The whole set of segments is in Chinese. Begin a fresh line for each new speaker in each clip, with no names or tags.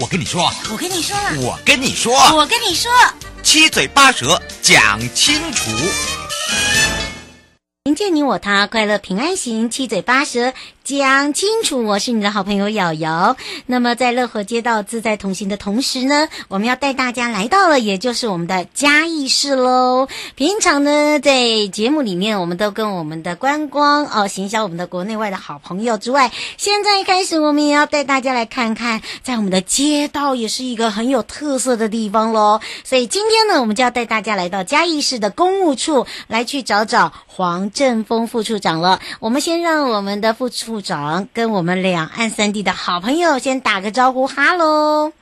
我跟你说，
我跟你说了，
我跟你说，
我跟你说，
七嘴八舌讲清楚。
迎接你我他，快乐平安行，七嘴八舌讲清楚。我是你的好朋友瑶瑶。那么在乐活街道自在同行的同时呢，我们要带大家来到了，也就是我们的嘉义市喽。平常呢，在节目里面，我们都跟我们的观光哦，行销我们的国内外的好朋友之外，现在开始我们也要带大家来看看，在我们的街道也是一个很有特色的地方喽。所以今天呢，我们就要带大家来到嘉义市的公务处来去找找黄振峰副处长了。我们先让我们的副处长跟我们两岸三地的好朋友先打个招呼，哈喽。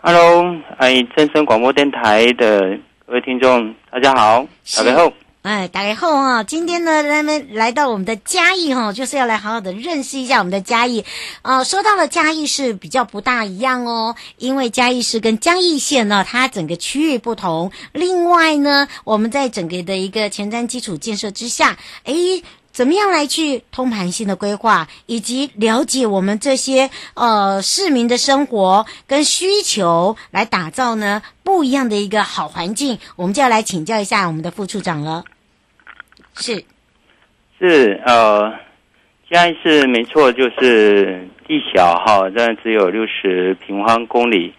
Hello，哎，正声广播电台的各位听众，大家好，
是
大家好。
哎，打开后啊，今天呢，咱们来到我们的嘉义哈、就是要来好好的认识一下我们的嘉义。呃，说到了嘉义是比较不大一样哦，因为嘉义市跟嘉义县呢，它整个区域不同。另外呢，我们在整个的一个前瞻基础建设之下，诶，怎么样来去通盘性的规划，以及了解我们这些呃市民的生活跟需求，来打造呢不一样的一个好环境？我们就要来请教一下我们的副处长了。是，
是呃，嘉义市没错，就是地小哈，但只有六十平方公里。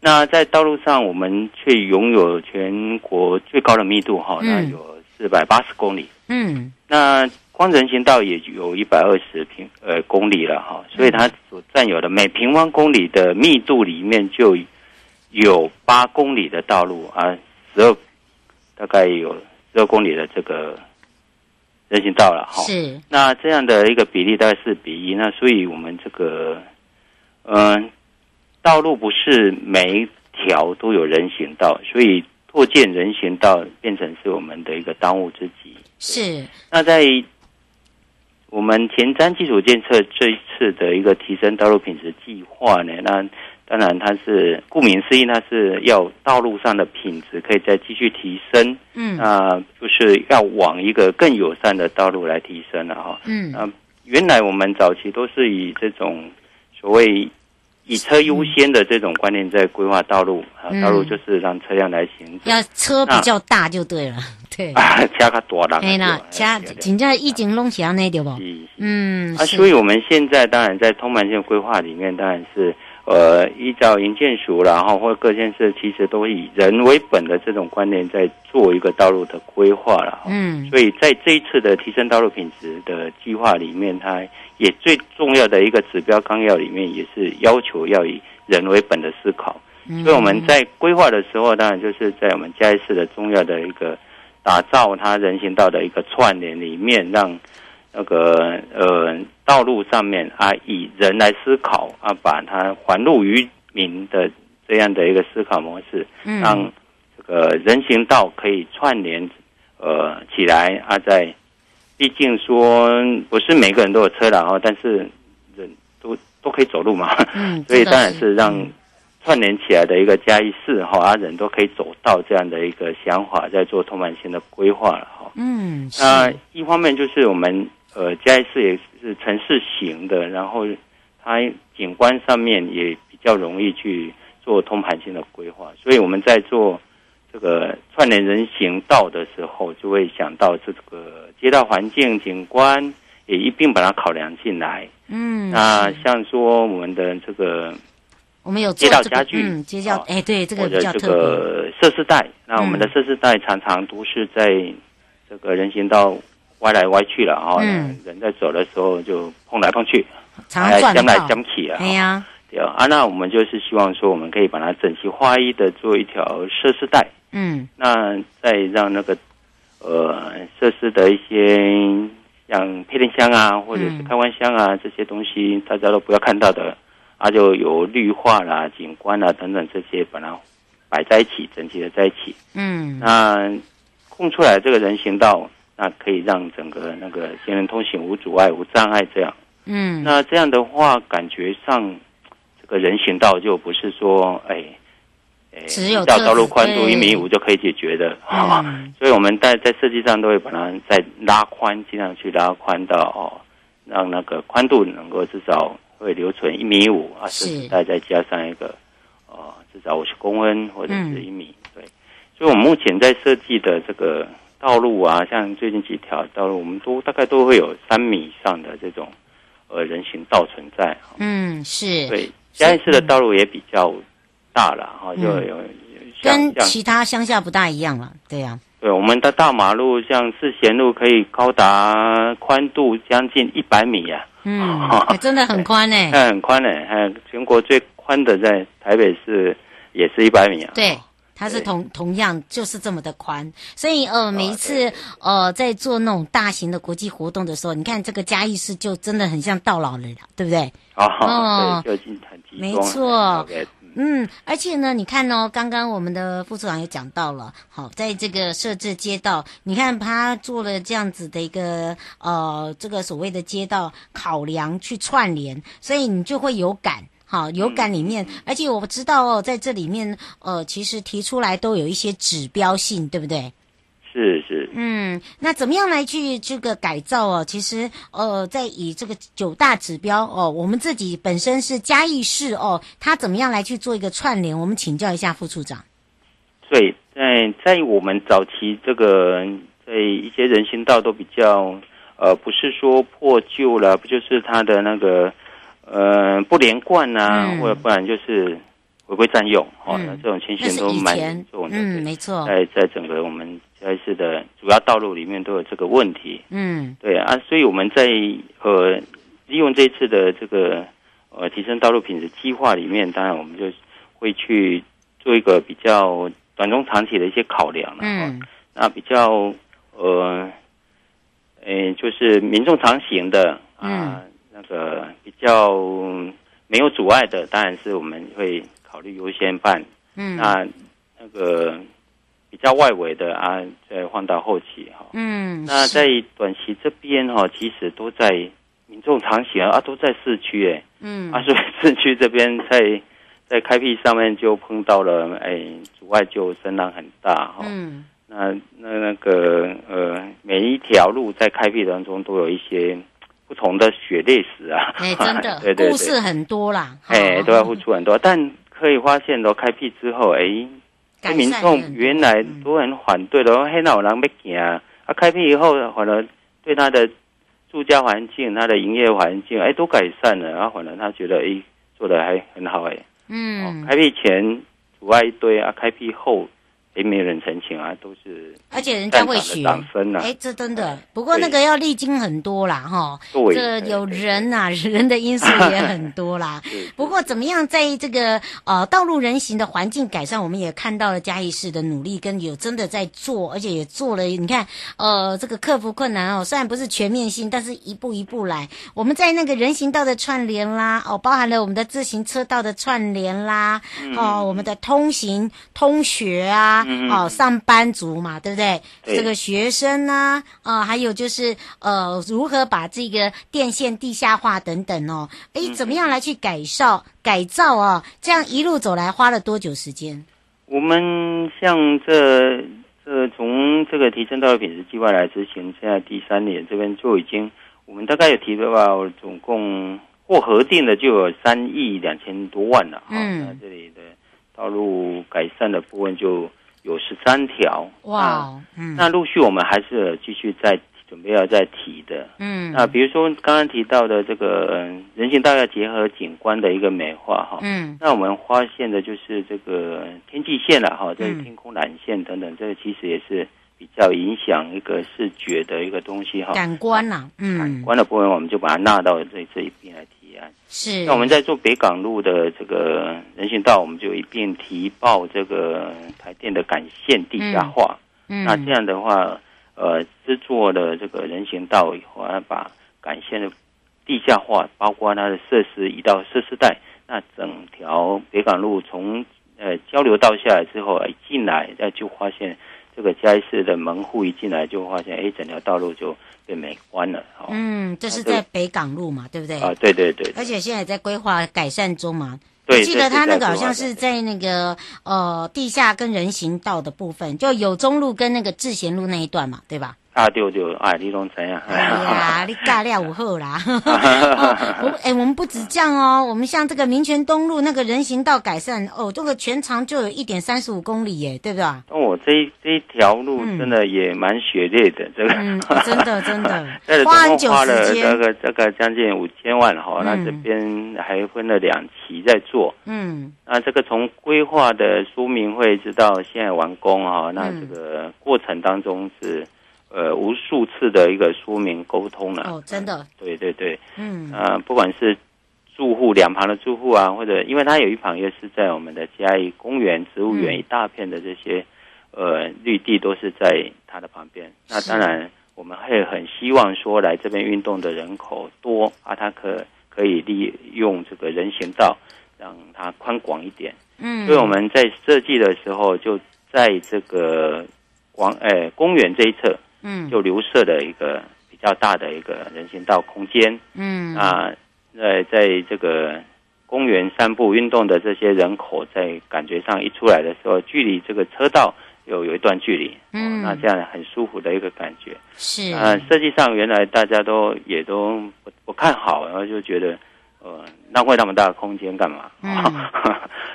那在道路上，我们却拥有全国最高的密度哈，
嗯
那有四百八十公里。
嗯
那光人行道也有一百二十平呃公里了哈，所以它所占有的每平方公里的密度里面就有八公里的道路啊，十二大概有十二公里的这个人行道了哈。
是，
那这样的一个比例大概是比一，那所以我们这个嗯、道路不是每一条都有人行道，所以拓建人行道变成是我们的一个当务之急。
是，
那在我们前瞻基础建设这一次的一个提升道路品质计划呢，那当然它是顾名思义，它是要道路上的品质可以再继续提升，
嗯
那、就是要往一个更友善的道路来提升了哈。
嗯，
那原来我们早期都是以这种所谓以车优先的这种观念在规划道路啊
嗯，
道路就是让车辆来行走。
要车比较大就对了， 对，
啊，车较多人就对了。
哎那家
对对
真正疫情弄起来那对不？
是是
嗯，
啊，
是
所以我们现在当然在通盘性规划里面，当然是呃依照营建署，然后或各县市，其实都以人为本的这种观念在做一个道路的规划了。哈
嗯
所以在这一次的提升道路品质的计划里面，它也最重要的一个指标纲要里面也是要求要以人为本的思考。
嗯，
所以我们在规划的时候，当然就是在我们嘉义市的重要的一个打造它人行道的一个串联里面，让那个呃道路上面啊以人来思考啊，把它还路于民的这样的一个思考模式，
嗯
让这个人行道可以串联呃起来啊，在毕竟说不是每个人都有车了哦，但是人都都可以走路嘛，
嗯，
所以
这个
当然是让串联起来的一个嘉义市哈，啊人都可以走到这样的一个想法，在做通盘性的规划了哈。
嗯是
那呃一方面就是我们呃嘉义市也是城市型的，然后它景观上面也比较容易去做通盘性的规划，所以我们在做这个串联人行道的时候，就会想到这个街道环境景观也一并把它考量进来。
嗯
那
是
像说我们的这个
我们有做
街道
这个
家具
嗯，街道
哦
哎对，这个
或
比
者
较
这
特
个设施带。那我们的
嗯
设施带常常都是在这个人行道歪来歪去了啊、
嗯
人在走的时候就碰来碰去，
别，常
哎
撞
将来
到，
将去啊。
哎呀，
对啊，啊，那我们就是希望说，我们可以把它整齐划一的做一条设施带，
嗯
那再让那个呃设施的一些像配电箱啊，或者是
嗯
开关箱啊、这些东西，大家都不要看到的它就有绿化啦、景观啦等等这些，把它摆在一起，整齐的在一起。
嗯
那空出来这个人行道，那可以让整个那个行人通行无阻碍、无障碍这样。
嗯
那这样的话，感觉上这个人行道就不是说，哎，哎，
只有
到
车子
道路宽度
对
一米五就可以解决的啊、
嗯
所以我们在在设计上都会把它再拉宽，尽量去拉宽到哦，让那个宽度能够至少会留存一米五啊，
是
甚至再再加上一个哦，至少五十公分或者
嗯
是一米、对。所以我们目前在设计的这个道路啊，像最近几条道路，我们都大概都会有三米以上的这种呃人行道存在啊。
嗯，是嗯
对，嘉义市的道路也比较大了哈，就有有像
跟
像
其他乡下不大一样了，对啊呀，
对我们的大马路，像四贤路可以高达宽度将近一百米呀、
嗯，哎真的很宽
啊，
哎，
那很宽呢、还全国最宽的在台北市也是一百米啊。
对。它是
对哦
同同样就是这么的宽，所以呃每一次
对
呃在做那种大型的国际活动的时候，你看这个嘉义市就真的很像到老人了，对不对？
哦，
哦
对，就近很集中，
没错
OK，嗯
嗯，而且呢，你看哦，刚刚我们的副处长也讲到了，好，在这个设置街道，你看他做了这样子的一个呃，这个所谓的街道考量去串联，所以你就会有感。好，有感里
嗯
面，而且我知道哦，在这里面，呃，其实提出来都有一些指标性，对不对？
是是，
嗯，那怎么样来去这个改造哦？其实呃，在以这个九大指标哦，我们自己本身是嘉义市哦，它怎么样来去做一个串联？我们请教一下副处长。
对，在在我们早期这个在一些人行道都比较呃，不是说破旧了，不就是它的那个呃不连贯啊，
嗯
或者不然就是违规占用哦，
嗯
那这种情
那
形
是
都
以
蛮
前
严重，的。
嗯，
对
没错，
在在整个我们嘉义市的主要道路里面都有这个问题。
嗯
对啊，所以我们在呃利用这次的这个呃提升道路品质计划里面，当然我们就会去做一个比较短中长期的一些考量了。
嗯，
那比较呃，诶，就是民众常行的
嗯
啊，那个比较没有阻碍的，当然是我们会考虑优先办。
嗯
那那个比较外围的啊，再放到后期哈。
嗯，
那
是
在短期这边哈、其实都在民众常行啊，都在市区哎，
嗯
啊，所以市区这边在在开辟上面就碰到了哎阻碍，就声浪很大哈、
嗯
那那那个呃，每一条路在开辟当中都有一些不同的血泪史啊，
哎，真的
对对
故
对，
事很多嗯啦，
哎，
好
都要付出很多，但可以发现哦咯，开辟之后哎。
改善
民
也
众
很多
原来
嗯
都很反对的，然后黑老人被行啊，啊开辟以后反而对他的住家环境、他的营业环境，哎都改善了，然后反而他觉得哎做的还很好哎、哦，
嗯，
开辟前阻碍一堆啊，开辟后哎没有人澄清啊，都是
而且人家
赞赏
会
的
学，
掌声啊，
哎，这真的
哎，
不过那
对
个要历经很多啦，哈，
对
这
对
有
对
人呐、 人的因素也很多 啦。
是
不过怎么样，在这个呃道路人行的环境改善，我们也看到了嘉义市的努力跟有真的在做，而且也做了。你看，呃，这个克服困难哦，虽然不是全面性，但是一步一步来。我们在那个人行道的串联啦，哦，包含了我们的自行车道的串联啦，哦，我们的通行通学啊，哦，上班族嘛，对不对？
对
这个学生呢、啊，还有就是呃，如何把这个电线地下化等等哦，诶，
嗯
怎么样来去改造改造啊、这样一路走来花了多久时间？
我们像这这从这个提升道路品质计划来执行，现在第三年这边就已经，我们大概有提到总共或核定的就有三亿两千多万了。
嗯
啊，那这里的道路改善的部分就有十三条。
哇哦，嗯
那，那陆续我们还是有继续在准备要再提的。
嗯
那比如说刚刚提到的这个嗯人行道要结合景观的一个美化哈，
嗯
那我们发现的就是这个天际线了哈，这个
嗯
天空缆线等等，这个其实也是比较影响一个视觉的一个东西哈。
感官啦、
感
嗯
官的部分，我们就把它纳到这这一边来提案。
是
那我们在做北港路的这个人行道，我们就一并提报这个台电的感线地下化。
嗯
那这样的话，呃，制作了这个人行道以啊后，要把感线的地下化，包括它的设施移到设施带，那北港路从呃交流道下来之后，一进来那就发现这个嘉义市的门户一进来就发现，哎，整条道路就被美观了。哦、
嗯，这是
啊对
在北港路嘛，对不对？
啊，对对对，
而且现在也在规划改善中嘛。
对
我记
这
得
是
他那
在
个好
规划
像
中
是在那个呃地下跟人行道的部分，就有中路跟那个智贤路那一段嘛，对 吧？
啊，对对，啊，你拢知影。
哎呀，你尬料我后啦！ 哦我哎、我们不止这样哦，我们像这个民权东路那个人行道改善哦，这个全长就有一点三十五公里耶，对不对？
但我这一这一条路真的也蛮血泪的，这个、
嗯真的真 的
但是总
花很久
共花了
时间
这个这个将近五千万哈、那
嗯
这边还分了两期在做。
嗯
那这个从规划的说明会直到现在完工哈、那这个过程当中是呃无数次的一个说明沟通了、
哦，真的
对对对，
嗯
呃，不管是住户两旁的住户啊，或者因为它有一旁也是在我们的嘉义公园、植物园
嗯
一大片的这些呃绿地都是在它的旁边。那
是
当然，我们会很希望说来这边运动的人口多啊，它可可以利用这个人行道让它宽广一点。
嗯，
所以我们在设计的时候就在这个广呃公园这一侧
嗯
就留设了一个比较大的一个人行道空间。
嗯
啊，在在这个公园散步运动的这些人口，在感觉上一出来的时候，距离这个车道有有一段距离，
嗯
哦，那这样很舒服的一个感觉。
是
啊，设计上原来大家都也都不不看好，然后就觉得。呃，浪费那么大的空间干嘛？
嗯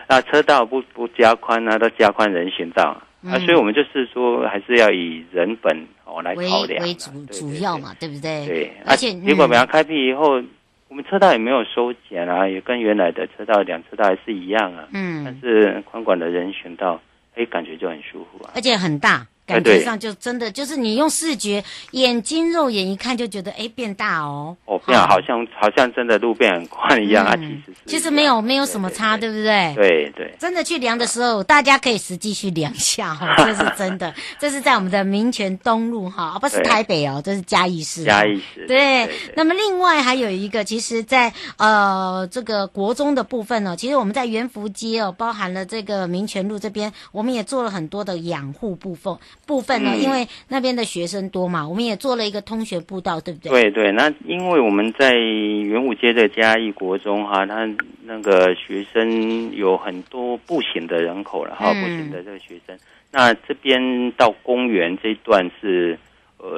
那车道不不加宽呢、啊，都加宽人行道、啊，
嗯
所以我们就是说，还是要以人本哦来
为
考量啊
为主
对
主
对
要
对
嘛，对不对？
对，
而且
啊、结果
嗯
本来开辟以后，我们车道也没有收减啊，也跟原来的车道两车道还是一样啊，但
嗯，
是宽广的人行道，哎，感觉就很舒服啊。
而且很大。感
哎
觉
对
上就真的就是你用视觉、眼睛肉眼一看就觉得，哎，变大哦。
哦，变好好像好像真的路变很宽一样、啊，其
嗯
实是
其实
一样
没有没有什么差，对不对？
对对。
真的去量的时候，大家可以实际去量一 下哈、这是真的。这是在我们的民权东路哈、不是
对
台北哦，这是嘉义市哦。
加一时
对
对，
那么另外还有一个，其实在，呃这个国中的部分呢、哦其实我们在元福街哦，包含了这个民权路这边，我们也做了很多的养护部分部分呢、
嗯
因为那边的学生多嘛，我们也做了一个通学步道，对不对？
对对，那因为我们在元武街的嘉义国中哈、他那个学生有很多步行的人口了哈，
嗯
步行的这个学生。那这边到公园这一段是呃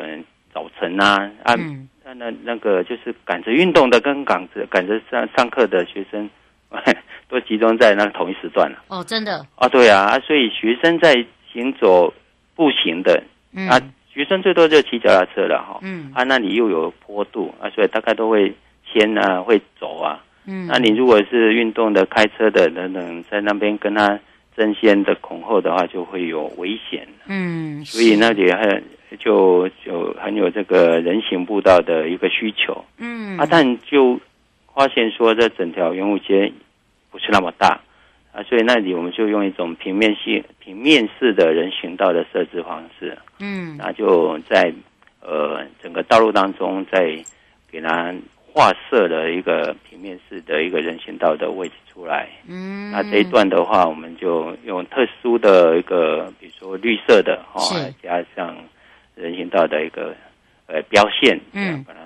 早晨啊啊，
嗯
那那那个就是赶着运动的跟赶着赶着上上课的学生， 都集中在那同一时段了
哦，真的，
啊。对啊，啊所以学生在行走步行的
嗯、
啊，学生最多就骑脚踏车了哈。
嗯
啊，那里又有坡度啊，所以大概都会牵啊，会走啊。
嗯，
那你如果是运动的、开车的等等，在那边跟他争先的恐后的话，就会有危险。
嗯，
所以
是
那里很就就很有这个人行步道的一个需求
嗯
啊，但就发现说这整条圆舞街不是那么大。啊，所以那里我们就用一种平面性、平面式的人行道的设置方式，
嗯
那就在呃整个道路当中，再给它画设了一个平面式的一个人行道的位置出来。
嗯，
啊那这一段的话，我们就用特殊的一个，比如说绿色的哦
是，
加上人行道的一个呃标线，
嗯
这样把它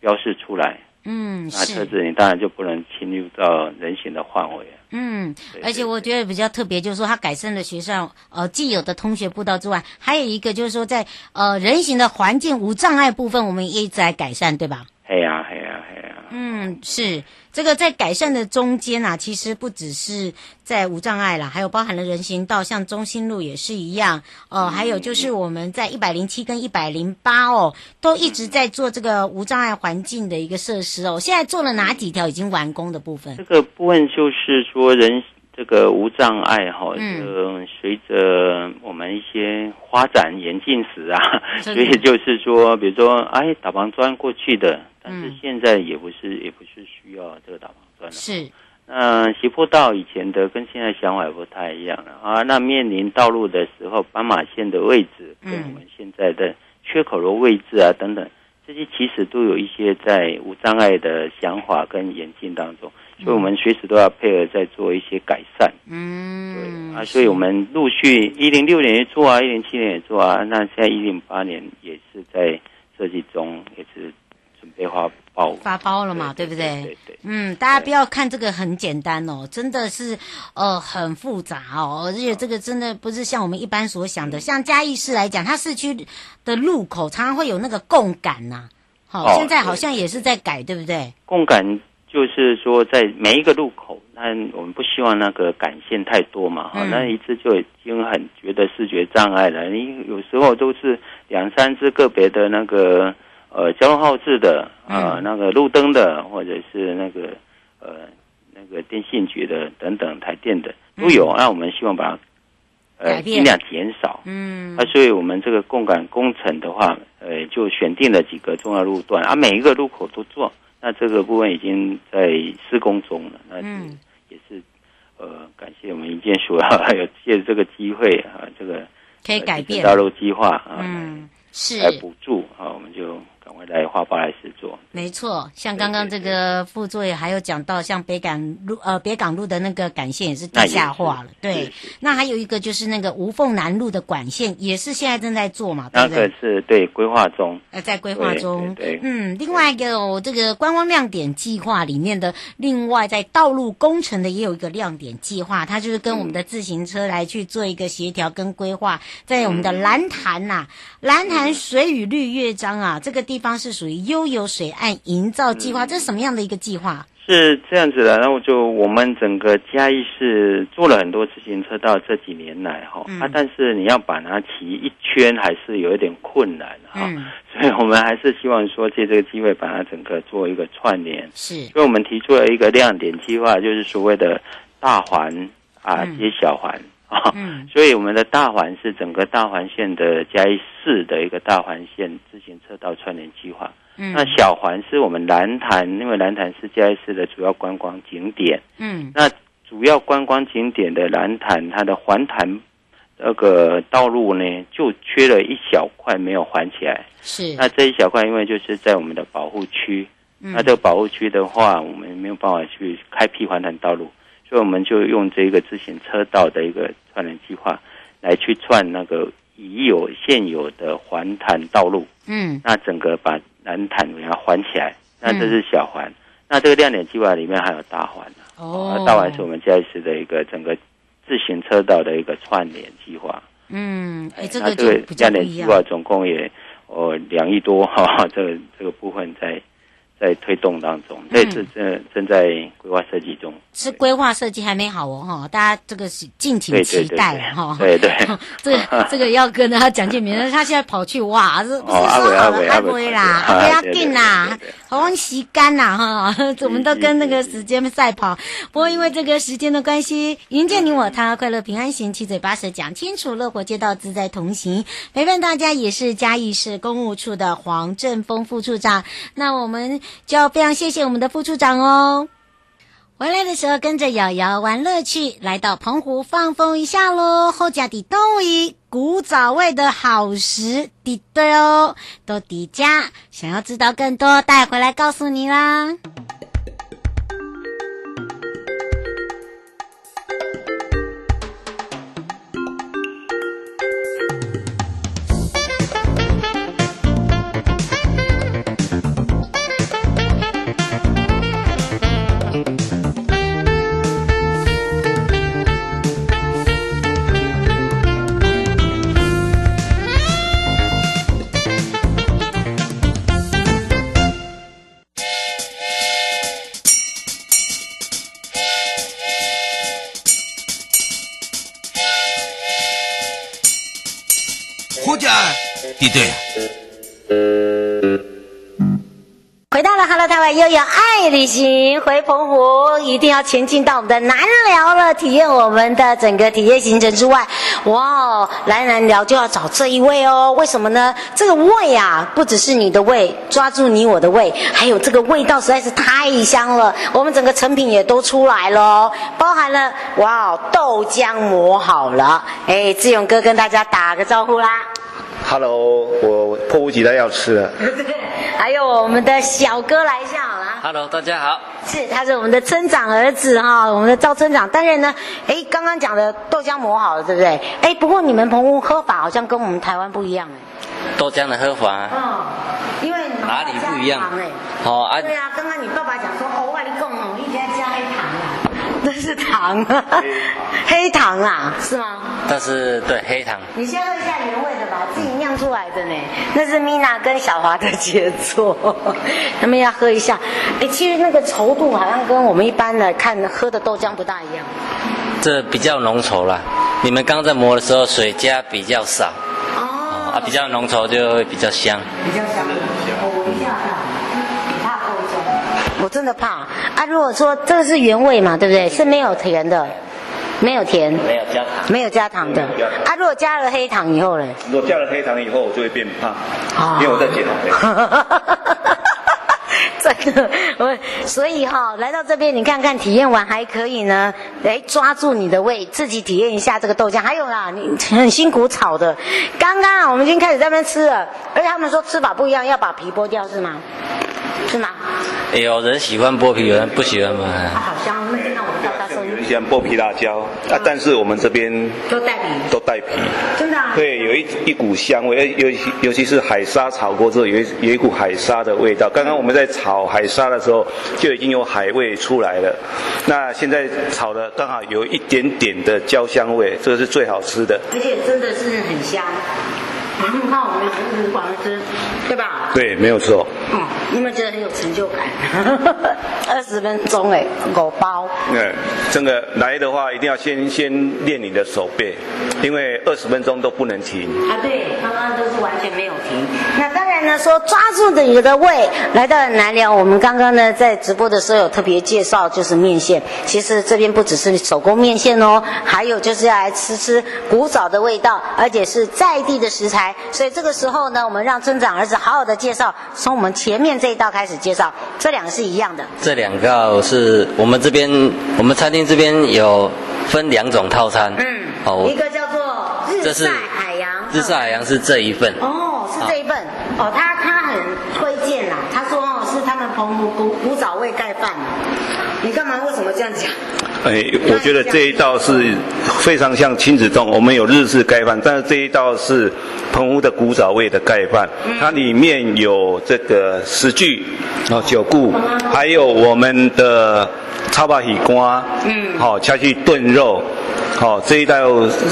标示出来。
嗯
那啊车
是
子你当然就不能侵入到人行的范围。啊
嗯，
对
而且
对
我觉得比较特别，就是说它改善了学校呃既有的通学步道之外，还有一个就是说在呃人行的环境无障碍部分，我们也一直在改善，对吧？
嘿呀嘿呀嘿呀！
嗯，是这个在改善的中间啊，其实不只是在无障碍啦，还有包含了人行道，像中心路也是一样。呃，还
嗯
有就是我们在一百零七跟一百零八哦，都一直在做这个无障碍环境的一个设施哦。现在做了哪几条已经完工的部分
这？个部分就是说人这个无障碍哈，
嗯
呃，随着我们一些发展演进史啊，
真
所
的
以就是说，比如说，哎，打防砖过去的，但是
嗯
现在也不是也不是需要这个打防砖了。
是，
那斜坡道以前的跟现在想法也不太一样了啊。那面临道路的时候，斑马线的位置跟
嗯
我们现在的缺口的位置啊等等，这些其实都有一些在无障碍的想法跟演进当中。所以我们随时都要配合在做一些改善。
嗯，
对啊，所以我们陆续一零六年也做啊，一零七年也做啊，那现在一零八年也是在设计中，也是准备发包。
发包了嘛，对
对
不
对对对
嗯，大家不要看这个很简单哦，真的是呃很复杂哦，而且这个真的不是像我们一般所想
嗯
的。像嘉义市来讲，它市区的路口常常会有那个共感呐、好、
哦
现在好像也是在改，对不对？
共感就是说，在每一个路口，那我们不希望那个感线太多嘛，哈、
嗯
那一次就已经很觉得视觉障碍了。因为有时候都是两三只个别的那个呃交通号志的啊、
嗯
那个路灯的，或者是那个呃那个电信局的等等台电的都有。那我们希望把它
嗯改
呃
变
尽量减少。
嗯
那、所以我们这个共感工程的话，呃，就选定了几个重要路段啊，每一个路口都做。那这个部分已经在施工中了，那是
嗯
也是呃，感谢我们营建署 啊，还有借这个机会啊，这个
可以改变
呃、道路计划啊，
嗯，是
来来补助啊，我们就赶快来画报来试做。
没错，像
对
刚刚这
对
个副作业还有讲到，像北港路呃北港路的那个管线也是
那
地
也
下
是
化了，对
是。是
那还有一个就是那个无缝南路的管线也是现在正在做嘛，对
那
不对
个？是啊对规划中，
呃，在规划中，
对对对
嗯，另外一个我这个观光亮点计划里面的，另外在道路工程的也有一个亮点计划，它就是跟我们的自行车来去做一个协调跟规划，在我们的蓝潭呐、
嗯
蓝潭水与绿乐章啊，这个地方是属于悠游水岸营造计划，这是什么样的一个计划？
是这样子的，然后就我们整个嘉义市做了很多自行车道，这几年来哈、
嗯
啊，但是你要把它骑一圈还是有一点困难哈、
嗯
所以我们还是希望说借这个机会把它整个做一个串联，
是，
所以我们提出了一个亮点计划，就是所谓的大环啊
嗯
接小环啊，
嗯
所以我们的大环是整个大环线的嘉义市的一个大环线自行车道串联计划。
嗯
那小环是我们蓝潭，因为蓝潭是嘉义市的主要观光景点。
嗯
那主要观光景点的蓝潭，它的环潭那个道路呢，就缺了一小块没有环起来。
是，
那这一小块，因为就是在我们的保护区，
嗯
那这个保护区的话，我们没有办法去开辟环潭道路，所以我们就用这个自行车道的一个串联计划，来去串那个已有现有的环潭道路。
嗯
那整个把南坦给它环起来，那
嗯
这是小环。那这个亮点计划里面还有大环啊
哦
那，大环是我们嘉义市的一个整个自行车道的一个串联计划。
嗯，哎，这
那
个
这
就
个
比较
亮
不
点
一
计
样，
划总共也哦两亿多哈、 哈，这个这个部分在在推动当中，
嗯
这次正正在规划设计中。
是规划设计还没好哦，哈，大家这个是敬请
对对
期
对
待了哈。
对对
这个 这个要跟他讲见面，他现在跑去哇，这不是
哦阿
说
伟
好
阿伟
了阿
阿伟
伟啦，
阿
阿
伟啊
不要
对对
紧啦
对嗯对对，
好往洗干啦哈，我们都跟那个时间赛
嗯
跑。不过因为这个时间的关系，迎接你我他，快乐平安行，七嘴八舌讲清楚，乐活街道自在同行，陪伴大家也是嘉义市公务处的黄振峰副处长。那我们就要非常谢谢我们的副处长哦。回来的时候跟着瑶瑶玩乐趣，来到澎湖放风一下喽。后家底东夷古早味的好食底对哦，都底家。想要知道更多，带回来告诉你啦。
胡家地对，
回到了 Hello 台湾，又有爱旅行，回澎湖一定要前进到我们的南寮了，体验我们的整个体验行程之外，哇哦，来南寮就要找这一位哦，为什么呢？这个味啊，不只是你的味，抓住你我的味，还有这个味道实在是太香了，哦我们整个成品也都出来了哦，包含了哇哦豆浆磨好了，哎，志勇哥跟大家打个招呼啦。
Hello，我迫不及待要吃了。
哎还有我们的小哥来一下好了。
Hello，大家好。
是，他是我们的村长儿子哈、我们的赵村长。当然呢，哎，刚刚讲的豆浆磨好了，对不对？哎，不过你们澎湖喝法好像跟我们台湾不一样哎。
豆浆的喝法
哦，因为你们
哪里不一样
加糖哎？
哦啊，
对啊，刚刚你爸爸讲说，哦，外地贡哦，一定要加黑糖啊， 那是糖啊， 黑糖啊，是吗？
但是对黑糖，
你先喝一下原味的吧，自己酿出来的呢。那是米娜跟小华的杰作， 他们要喝一下。哎，其实那个稠度好像跟我们一般的看喝的豆浆不大一样。
这比较浓稠啦。你们刚在磨的时候水加比较少
哦
啊，比较浓稠就会比较香。
比较香。我闻一下啊，你怕豆浆？我真的怕啊！如果说这个是原味嘛，对不对？是没有甜的，没有甜，
没有加糖，
没有加糖的
没有加糖
啊。如果加了黑糖以后呢？
我加了黑糖以后，我就会变胖，
啊
因为我在减肥。
真的，我所以哈、来到这边你看看，体验完还可以呢，哎，抓住你的胃，自己体验一下这个豆浆。还有啦，你很辛苦炒的，刚刚啊，我们已经开始在那边吃了，而且他们说吃法不一样，要把皮剥掉是吗？是吗？
有哎人喜欢剥皮，有人不喜欢
啊，
嘛。
好香！那天让我们到大寿
有人喜欢剥皮辣椒啊，但是我们这边
都带皮，
都带皮，
真的、啊。
对，有一一股香味，尤其尤其是海沙炒过之后，有一有一股海沙的味道。刚刚我们在炒海沙的时候，就已经有海味出来了。那现在炒的刚好有一点点的焦香味，这个是最好吃的。
而且真的是很香。然后看我们厨房吃，对吧？
对，没有错。
嗯，有没有觉得很有成就感？ 二十分钟哎，狗包。
嗯，这个来的话，一定要先先练你的手背，因为二十分钟都不能停。
啊，对，刚刚都是完全没有停。那当然呢，说抓住的你的胃，来到了南寮，我们刚刚呢在直播的时候有特别介绍，就是面线。其实这边不只是手工面线哦，还有就是要来吃吃古早的味道，而且是在地的食材。所以这个时候呢，我们让村长儿子好好的介绍，从我们前面这一道开始介绍，这两个是一样的。
这两个是我们这边，我们餐厅这边有分两种套餐。
嗯，
哦
一，个叫做日
这
晒
是
海洋，
日晒海洋是这一份。
哦，是这一份哦，他他很推荐啦，他说哦是他们澎湖古古早味盖饭，你干嘛为什么这样讲？
哎，我觉得这一道是非常像亲子粽，我们有日式盖饭，但是这一道是澎湖的古早味的盖饭，
嗯
它里面有这个石具，哦九固，还有我们的超巴喜瓜，嗯，好、下去炖肉，好、这一道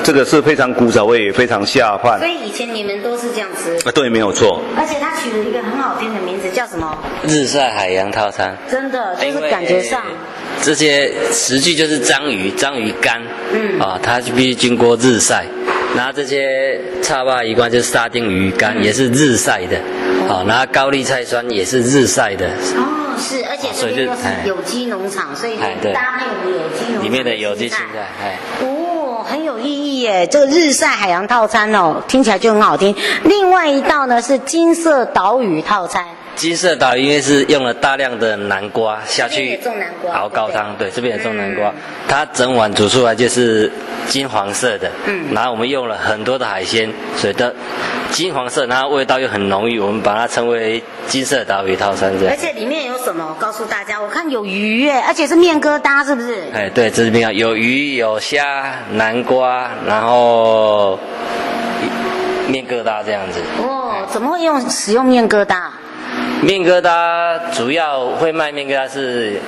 这个是非常古早味，也非常下饭
所，以以前你们都是这样吃，
啊，对，没有错。
而且他取了一个很好听的名字，叫什么？
日晒海洋套餐，
真的就是
哎因为哎
感觉上，
这些食具就是章鱼、章鱼干，
嗯
啊，它就必须经过日晒。然后这些叉巴鱼干就是沙丁鱼
嗯
干，也是日晒的，啊，然后高丽菜酸也是日晒的，
哦是，而且这
所以就
边又
哎
是有机农场，所以
哎对
搭配我们有机农场
里面的有机青
菜
菜，哎，
哦，很有意义耶！这个日晒海洋套餐哦，听起来就很好听。另外一道呢是金色岛屿套餐，
金色岛因为是用了大量的南瓜下
这边也
去
种南瓜
熬高汤，
对
对，这边也种南瓜
嗯，
它整碗煮出来就是金黄色的，
嗯
然后我们用了很多的海鲜，所以它金黄色，然后味道又很浓郁，我们把它称为金色岛屿套餐这样
而。且里面有什么？告诉大家，我看有鱼耶，而且是面疙瘩，是不是？
哎，对，这边有鱼、有虾、南瓜，然后面疙瘩这样子。
哦，怎么会用使用面疙瘩？
面疙瘩主要会卖面疙瘩是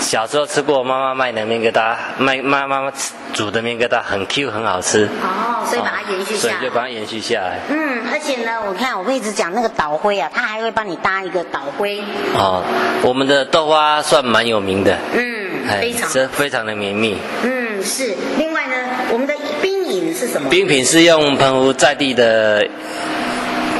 小时候吃过妈妈卖的面疙瘩，卖妈妈煮的面疙瘩很 Q 很好吃，
哦，所以把它延续
哎所以
下来
就。把它延续下来。
嗯，而且呢，我看我会一直讲那个岛灰啊，它还会帮你搭一个岛灰，
哦，我们的豆花算蛮有名的，
嗯，
哎
非常，
这非常的绵密。
嗯是。另外呢，我们的冰饮是什么？
冰品是用澎湖在地的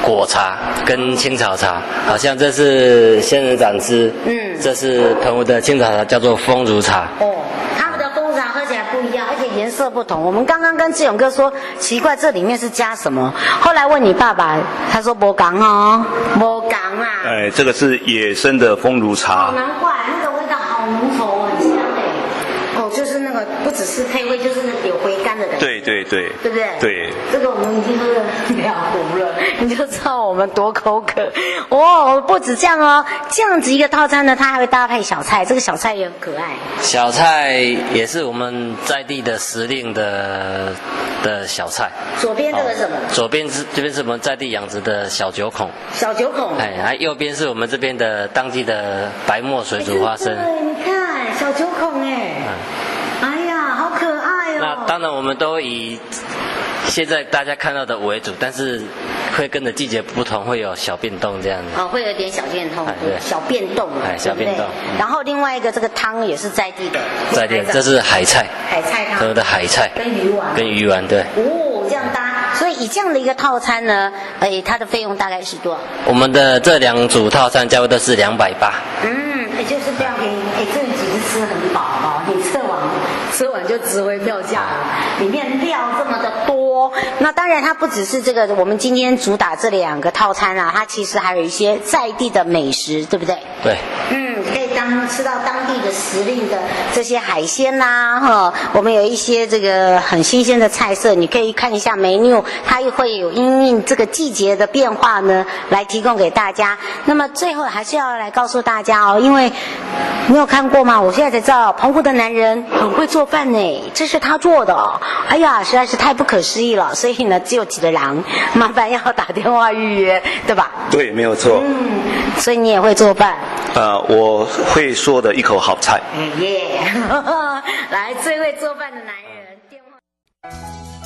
果茶跟青草茶，好像这是仙人掌汁，
嗯
这是澎湖的青草茶，叫做风如茶。
哦，他们的蜂茶喝起来不一样，而且颜色不同。我们刚刚跟志勇哥说，奇怪，这里面是加什么？后来问你爸爸，他说博港哦，博港啊。
哎，这个是野生的风炉茶
啊哦，，难怪那个味道好浓稠，很香哎。哦，就就是那个不只是开胃，就是那个有回甘的感觉，
对对对，
对不对？
对，
这个我们已经喝了两壶了，你就知道我们多口渴哦。不止这样哦，这样子一个套餐呢，它还会搭配小菜，这个小菜也很可爱。
小菜也是我们在地的时令的的小菜。哦
左边这个是什么？
左边是这边是我们在地养殖的小九孔，
小九孔。
哎，还右边是我们这边的当地的白沫水煮花生。嗯
对，你看小九孔哎，哎呀，好可爱
那
哦。
当然，我们都以现在大家看到的为主，但是会跟着季节不同，会有小变动这样子。
哦，会有点小变动
哎，对
小变动嘛，
哎
对
小
不对
变动
然后另外一个这个汤也是在地的，啊
再见，这是海菜，
海菜
喝
汤
的海菜
跟鱼丸，
跟鱼丸，对，
哦，这样搭，所以以这样的一个套餐呢，哎，它的费用大概是多少？
我们的这两组套餐价位都是两百八。
嗯，也就是这样给你，哎，这几实吃很饱哦，你吃完吃完就值回票价了，里面料这么的多。那当然，它不只是这个，我们今天主打这两个套餐啊，它其实还有一些在地的美食，对不对？
对，
嗯，可以当吃到当地的时令的这些海鲜啦、哈，我们有一些这个很新鲜的菜色，你可以看一下 menu，它也会有因应这个季节的变化呢，来提供给大家。那么最后还是要来告诉大家哦，因为你有看过吗？我现在才知道，澎湖的男人很会做饭呢，这是他做的、哦，哎呀，实在是太不可思议了。所以呢，只有几个狼，麻烦要打电话预约，对吧？
对，没有错。
嗯，所以你也会做饭。
呃，我会说的一口好菜。
哎耶！ 来，最会做饭的男人，电话。